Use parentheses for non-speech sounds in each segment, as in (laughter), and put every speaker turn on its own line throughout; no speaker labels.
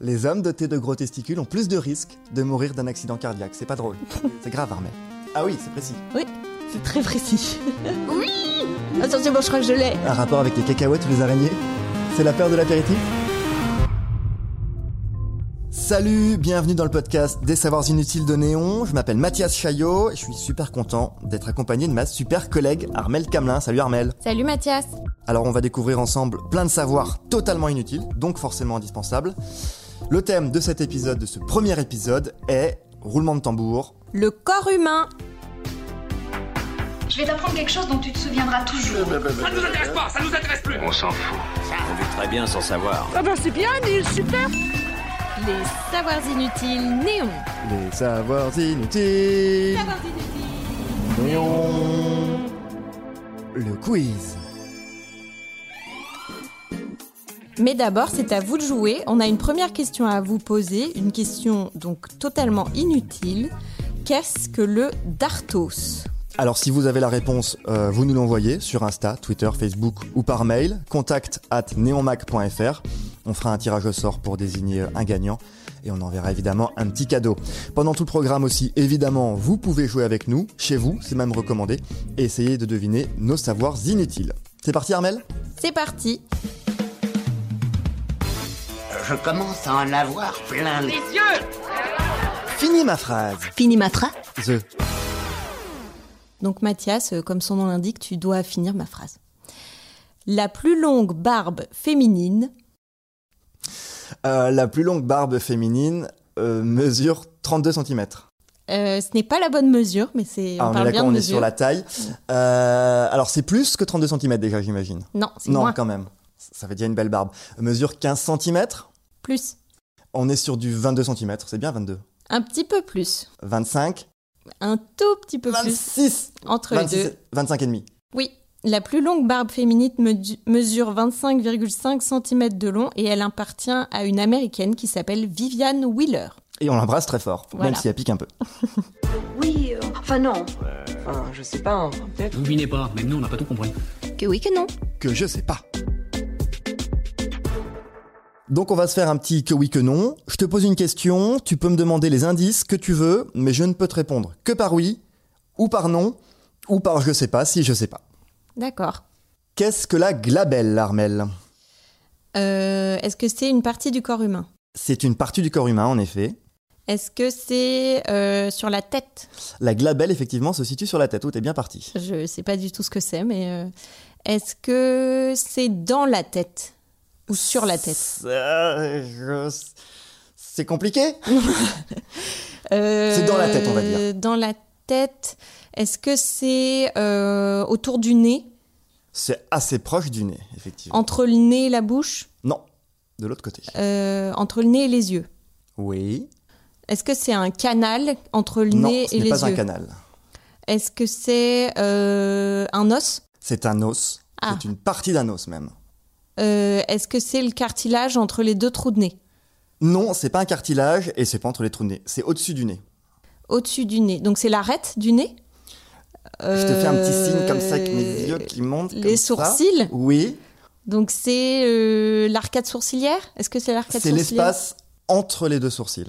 Les hommes dotés de gros testicules ont plus de risques de mourir d'un accident cardiaque. C'est pas drôle. C'est grave, Armel. Ah oui, c'est précis.
C'est très
(laughs)
précis. oui Attention, bon, je crois que je l'ai.
Un rapport avec les cacahuètes ou les araignées C'est la peur de l'apéritif Salut, bienvenue dans le podcast des savoirs inutiles de Néon. Je m'appelle Mathias Chaillot et je suis super content d'être accompagné de ma super collègue Armel Camelin. Salut Armel.
Salut Mathias
Alors on va découvrir ensemble plein de savoirs totalement inutiles, donc forcément indispensables. Le thème de cet épisode, de ce premier épisode, est roulement de tambour.
Le corps humain
Je vais t'apprendre quelque chose dont tu te souviendras toujours.
Ça nous intéresse pas, ça nous intéresse plus.
On s'en fout. On vit très bien sans savoir.
Les savoirs inutiles néons.
Les savoirs inutiles. Néon. Le quiz.
Mais d'abord, c'est à vous de jouer. On a une première question à vous poser, une question donc totalement inutile. Qu'est-ce que le Dartos
Alors si vous avez la réponse, euh, vous nous l'envoyez sur Insta, Twitter, Facebook ou par mail, contact at neonmac.fr. On fera un tirage au sort pour désigner euh, un gagnant et on enverra évidemment un petit cadeau. Pendant tout le programme aussi, évidemment, vous pouvez jouer avec nous, chez vous, c'est même recommandé, et essayer de deviner nos savoirs inutiles. C'est parti Armel
C'est parti
Je commence à en avoir plein les...
Fini ma phrase
Fini ma phrase
The
Donc Mathias, euh, comme son nom l'indique, tu dois finir ma phrase. La plus longue barbe féminine,
Euh, la plus longue barbe féminine euh, mesure 32 cm.
euh, ce n'est pas la bonne mesure, mais c'est...
Ah, on est
parle bien
d'accord,
de
on est
mesure.
sur la taille. Euh, alors c'est plus que 32 cm déjà, j'imagine.
Non, c'est
Non,
moins.
quand même. Ça fait déjà une belle barbe. Mesure 15 cm.
Plus.
On est sur du 22 cm. C'est bien 22.
Un petit peu plus.
25.
Un tout petit peu plus.
26.
Entre les
26
deux.
25 et demi.
Oui, la plus longue barbe féminine medu- mesure 25,5 cm de long et elle appartient à une américaine qui s'appelle Viviane Wheeler.
Et on l'embrasse très fort,
Voilà.
même si elle pique un peu.
Oui, euh, enfin non.
Enfin, je sais pas, hein, peut-être.
Vous vinez pas, mais nous on n'a pas tout compris.
Que oui, que non.
Que je sais pas. Donc on va se faire un petit que oui que non. Je te pose une question, tu peux me demander les indices que tu veux, mais je ne peux te répondre que par oui, ou par non, ou par je sais pas si je sais pas.
D'accord.
Qu'est-ce que la glabelle, Armel
Euh, Est-ce que c'est une partie du corps humain
C'est une partie du corps humain, en effet.
Est-ce que c'est euh, sur la tête
La glabelle, effectivement, se situe sur la tête. Oh, t'es bien parti.
Je ne sais pas du tout ce que c'est, mais euh, est-ce que c'est dans la tête ou sur la tête
Ça, je- C'est compliqué
Euh,
C'est dans la tête, on va dire.
Dans la tête. Est-ce que c'est euh, autour du nez,
C'est assez proche du nez, effectivement.
entre le nez et la bouche,
Non, de l'autre côté.
Euh, entre le nez et les yeux
Oui.
Est-ce que c'est un canal entre le
Non,
nez
ce
et
n'est
les
pas un
yeux
canal.
Est-ce que c'est euh, un os
C'est un os.
Ah.
C'est une partie d'un os même.
Euh, Est-ce que c'est le cartilage entre les deux trous de nez
Non, c'est pas un cartilage et c'est pas entre les trous de nez. C'est au-dessus du nez.
Au-dessus du nez. Donc c'est l'arête du nez
Je te fais un petit signe comme ça avec
que
mes yeux qui montent.
Euh, Les
comme ça.
sourcils
Oui.
Donc c'est euh, l'arcade sourcilière Est-ce que c'est l'arcade
C'est
sourcilière
l'espace entre les deux sourcils.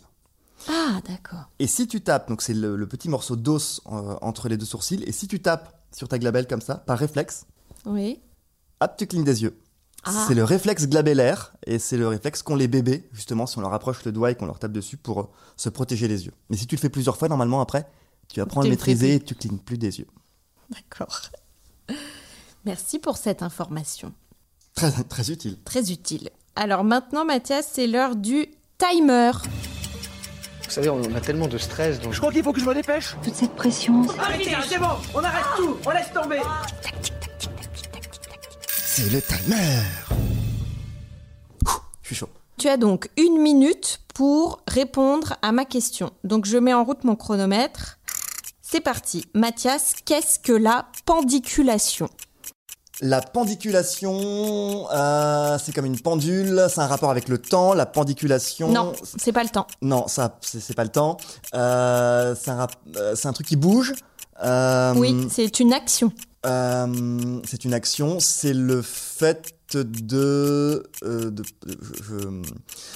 Ah d'accord.
Et si tu tapes, donc c'est le, le petit morceau d'os euh, entre les deux sourcils, et si tu tapes sur ta glabelle comme ça, par réflexe,
Oui.
hop, tu clignes des yeux.
Ah.
C'est le réflexe glabellaire, et c'est le réflexe qu'ont les bébés, justement, si on leur approche le doigt et qu'on leur tape dessus pour euh, se protéger les yeux. Mais si tu le fais plusieurs fois, normalement, après, tu apprends à
Tu
le
le fais
maîtriser et tu clignes plus des yeux.
D'accord. (laughs) Merci pour cette information.
Très, très utile.
Très utile. Alors maintenant, Mathias, c'est l'heure du timer.
Vous savez, on a tellement de stress, donc
Je crois qu'il faut que je me dépêche.
Toute cette pression.
Arrêtez, c'est bon, on arrête tout, on laisse tomber.
C'est le timer Ouh, Je suis chaud.
Tu as donc une minute pour répondre à ma question. Donc je mets en route mon chronomètre. C'est parti. Mathias, qu'est-ce que la pendiculation
La pendiculation, euh, c'est comme une pendule, c'est un rapport avec le temps. La pendiculation,
Non, c'est pas le temps.
Non, ça, c'est c'est pas le temps. Euh, c'est un, rap- euh, c'est un truc qui bouge. Euh,
Oui, c'est une action.
euh, c'est une action. C'est le fait de. euh, de- de- je- je-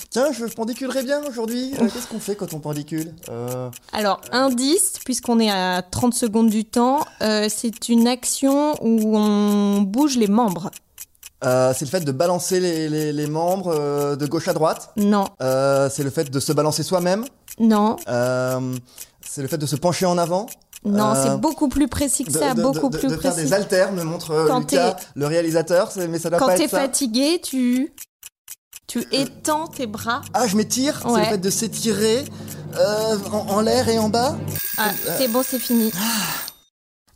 Tiens, je, je pendiculerai bien aujourd'hui. Euh, Qu'est-ce qu'on fait quand on pendicule Euh,
Alors, indice, puisqu'on est à 30 secondes du temps, euh, c'est une action où on bouge les membres.
euh, C'est le fait de balancer les, les- les membres euh, de gauche à droite.
Non,
Euh, c'est le fait de se balancer soi-même.
non,
Euh, c'est le fait de se pencher en avant.
non,
Euh,
c'est beaucoup plus précis que
de-
ça,
de- de-
beaucoup
de-
plus
de faire
précis.
des haltères, me montre euh,
Quand
Lucas,
t'es-
le réalisateur, c'est- mais ça doit
Quand
pas
t'es
être ça.
fatigué, tu tu étends tes bras.
Ah, je m'étire, c'est
Ouais.
le fait de s'étirer euh, en, en l'air et en bas.
Ah,
euh.
c'est bon, c'est fini.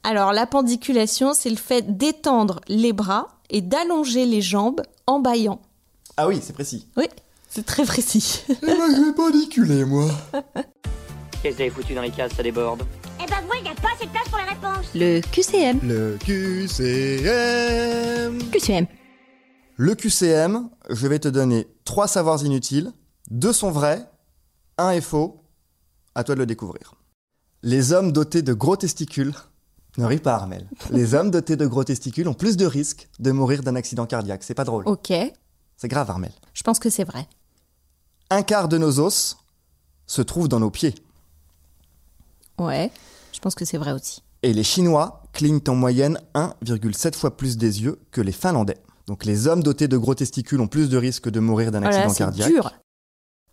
Alors, la pendiculation, c'est le fait d'étendre les bras et d'allonger les jambes en bâillant.
Ah oui, c'est précis.
Oui, c'est très précis.
(laughs) Eh ben, je vais pendiculer, moi.
Qu'est-ce que t'avais foutu dans les cases, ça déborde
Eh ben moi, il n'y a pas assez de place pour la réponse.
Le QCM.
Le QCM.
QCM.
Le QCM, je vais te donner trois savoirs inutiles. Deux sont vrais, un est faux. À toi de le découvrir. Les hommes dotés de gros testicules. (laughs) Ne ris pas, Armel. Les hommes dotés de gros testicules ont plus de risques de mourir d'un accident cardiaque. C'est pas drôle.
Ok,
C'est grave, Armel.
je pense que c'est vrai.
Un quart de nos os se trouve dans nos pieds.
Ouais, je pense que c'est vrai aussi.
Et les Chinois clignent en moyenne 1,7 fois plus des yeux que les Finlandais. Donc les hommes dotés de gros testicules ont plus de risques de mourir d'un
Oh là là,
accident
c'est
cardiaque.
dur.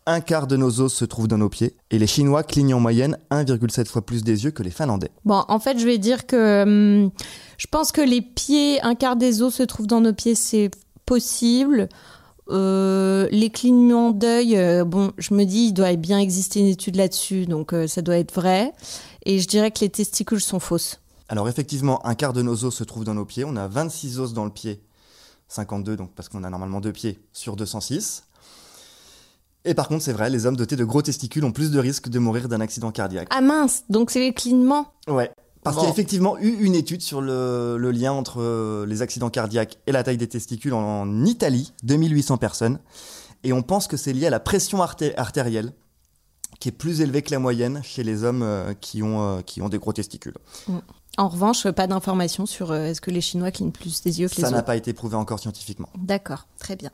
Un quart de nos os se trouve dans nos pieds. Et les Chinois clignent en moyenne 1,7 fois plus des yeux que les Finlandais.
Bon, en fait, je vais dire que hum, je pense que les pieds, un quart des os se trouvent dans nos pieds, c'est possible. Euh, les clignements d'œil, euh, bon, je me dis, il doit bien exister une étude là-dessus, donc euh, ça doit être vrai. Et je dirais que les testicules sont fausses.
Alors effectivement, un quart de nos os se trouve dans nos pieds. On a 26 os dans le pied. 52, donc parce qu'on a normalement deux pieds sur 206. Et par contre, c'est vrai, les hommes dotés de gros testicules ont plus de risques de mourir d'un accident cardiaque.
Ah mince, donc c'est les clignements.
Ouais. Parce
Bon.
qu'il y a effectivement eu une étude sur le, le lien entre euh, les accidents cardiaques et la taille des testicules en, en Italie, 2800 personnes. Et on pense que c'est lié à la pression arté- artérielle, qui est plus élevée que la moyenne chez les hommes euh, qui, ont, euh, qui ont des gros testicules.
En revanche, pas d'informations sur euh, est-ce que les Chinois clignent plus des yeux que
Ça
les
n'a
autres.
pas été prouvé encore scientifiquement.
D'accord, très bien.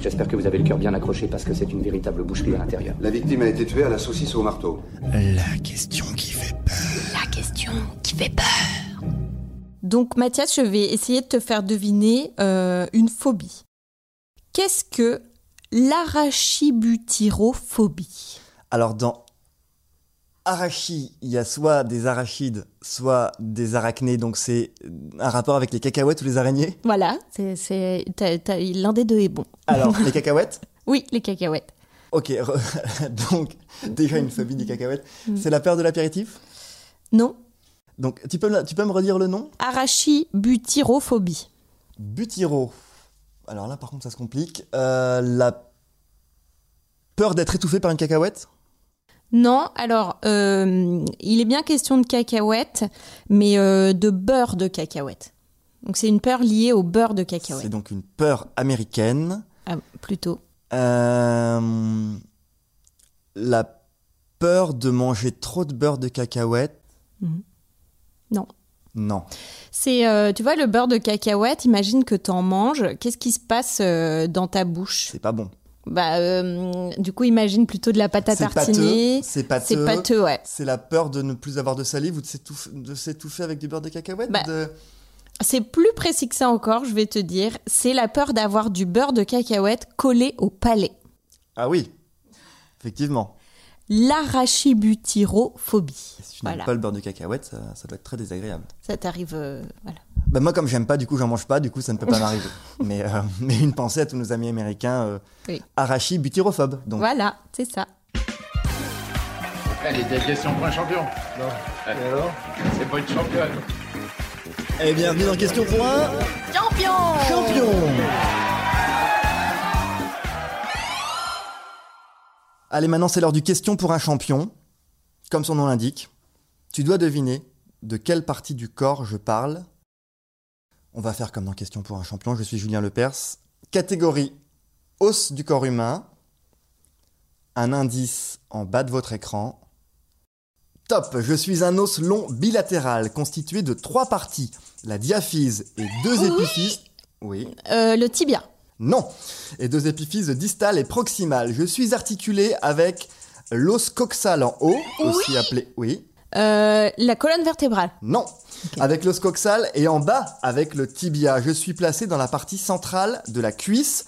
J'espère que vous avez le cœur bien accroché parce que c'est une véritable boucherie à l'intérieur.
La victime a été tuée à la saucisse au marteau.
La question qui fait
La question qui fait peur.
Donc Mathias, je vais essayer de te faire deviner euh, une phobie. Qu'est-ce que l'arachibutyrophobie
Alors dans arachi, il y a soit des arachides, soit des arachnées, donc c'est un rapport avec les cacahuètes ou les
(laughs)
araignées.
Voilà, c'est- c'est t'as- t'as- l'un des deux est bon.
Alors, les cacahuètes
Oui, les cacahuètes.
Ok, re- (laughs) donc déjà une phobie des cacahuètes.
Mm.
C'est la peur de l'apéritif
Non,
Donc tu peux, me- tu peux me redire le nom
arachibutyrophobie.
Butyro. Alors là par contre ça se complique. Euh, la peur d'être étouffé par une cacahuète
Non, alors euh, il est bien question de cacahuètes, mais euh, de beurre de cacahuètes. Donc c'est une peur liée au beurre de
C'est
cacahuètes,
donc une peur américaine.
Ah, plutôt.
Euh, la peur de manger trop de beurre de cacahuète
Mm. Non.
Non.
C'est, euh, tu vois, le beurre de cacahuète, imagine que t'en manges, qu'est-ce qui se passe euh, dans ta bouche
C'est pas bon.
Bah, euh, du coup, imagine plutôt de la pâte à
C'est pâteux.
tartiner.
C'est pâteux.
C'est pâteux, ouais.
C'est la peur de ne plus avoir de salive ou de s'étouffer, de s'étouffer avec du beurre de cacahuète
Bah,
de-
C'est plus précis que ça encore, je vais te dire. C'est la peur d'avoir du beurre de cacahuète collé au palais.
Ah oui, effectivement.
L'arachibutyrophobie.
Si tu n'aimes
Voilà.
pas le beurre de cacahuète, ça, ça doit être très désagréable.
Ça t'arrive, euh, voilà.
Bah, moi, comme j'aime pas, du coup, j'en mange pas, du coup, ça ne
(laughs)
peut pas m'arriver. mais, euh, mais une pensée à tous nos amis américains euh,
Oui.
arachibutyrophobes. Donc,
Voilà, c'est ça.
Elle est déviée sur point champion. Non. alors C'est pas une championne.
Et Eh, bienvenue dans Question pour un
Champion
champion Allez, maintenant, c'est l'heure du Question pour un champion. Comme son nom l'indique, tu dois deviner de quelle partie du corps je parle. On va faire comme dans Question pour un champion. Je suis Julien Lepers. Catégorie os du corps humain. Un indice en bas de votre écran. Top, je suis un os long bilatéral constitué de trois parties, la diaphyse et deux
Oui.
épiphyses. Oui.
Euh, le tibia.
Non. Et deux épiphyses distales et proximales. Je suis articulé avec l'os coxal en haut, aussi appelé. Oui.
Euh, la colonne vertébrale.
Non. Avec l'os coxal et en bas avec le tibia. Je suis placé dans la partie centrale de la cuisse.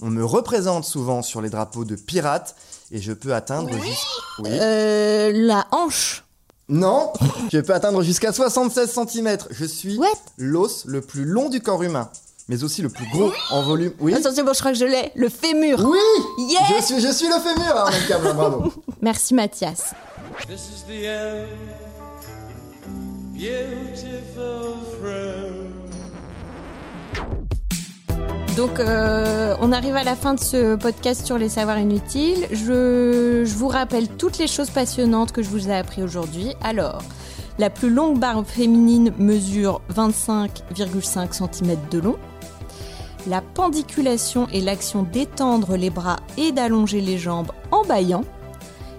On me représente souvent sur les drapeaux de pirates et je peux atteindre jusqu'à.
Euh, la hanche.
Non, je peux atteindre jusqu'à 76 cm. Je suis l'os le plus long du corps humain, mais aussi le plus gros en volume. Oui.
Attention, bon, je crois que je l'ai. Le fémur.
Oui
Ah, Yes
je, suis, je suis le fémur, Arnaud Cabrel, bravo.
Merci Mathias.
This is the end, beautiful friend.
Donc, euh, on arrive à la fin de ce podcast sur les savoirs inutiles. Je, je vous rappelle toutes les choses passionnantes que je vous ai appris aujourd'hui. Alors, la plus longue barbe féminine mesure 25,5 cm de long. La pendiculation est l'action d'étendre les bras et d'allonger les jambes en baillant.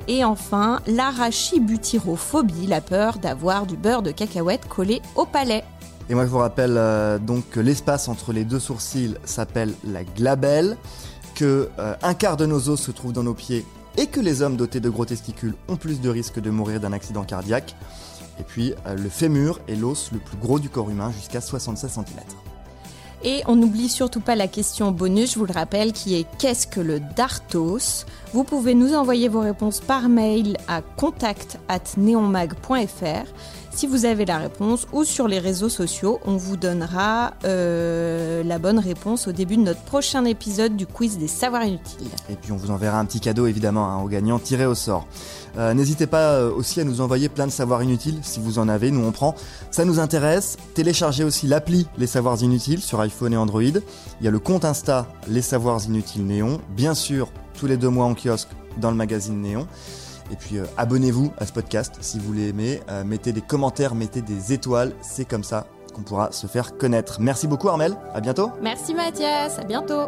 Et enfin, l'arachibutyrophobie, la peur d'avoir du beurre de cacahuète collé au palais.
Et moi, je vous rappelle euh, donc que l'espace entre les deux sourcils s'appelle la glabelle, que euh, un quart de nos os se trouve dans nos pieds et que les hommes dotés de gros testicules ont plus de risques de mourir d'un accident cardiaque. Et puis, euh, le fémur est l'os le plus gros du corps humain, jusqu'à 76 cm.
Et on n'oublie surtout pas la question bonus, je vous le rappelle, qui est qu'est-ce que le Dartos Vous pouvez nous envoyer vos réponses par mail à contact@neonmag.fr si vous avez la réponse ou sur les réseaux sociaux. On vous donnera euh, la bonne réponse au début de notre prochain épisode du quiz des savoirs inutiles.
Et puis on vous enverra un petit cadeau évidemment hein, aux gagnants tirés au sort. Euh, N'hésitez pas euh, aussi à nous envoyer plein de savoirs inutiles si vous en avez, nous on prend. Ça nous intéresse. Téléchargez aussi l'appli Les Savoirs Inutiles sur iPhone et Android. Il y a le compte Insta Les Savoirs Inutiles Néon. Bien sûr, tous les deux mois en kiosque dans le magazine Néon. Et puis euh, abonnez-vous à ce podcast si vous l'aimez. Euh, mettez des commentaires, mettez des étoiles. C'est comme ça qu'on pourra se faire connaître. Merci beaucoup Armel. À bientôt.
Merci Mathias, à bientôt